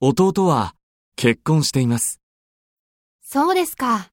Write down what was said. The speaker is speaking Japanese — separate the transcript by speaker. Speaker 1: 弟は結婚しています。
Speaker 2: そうですか。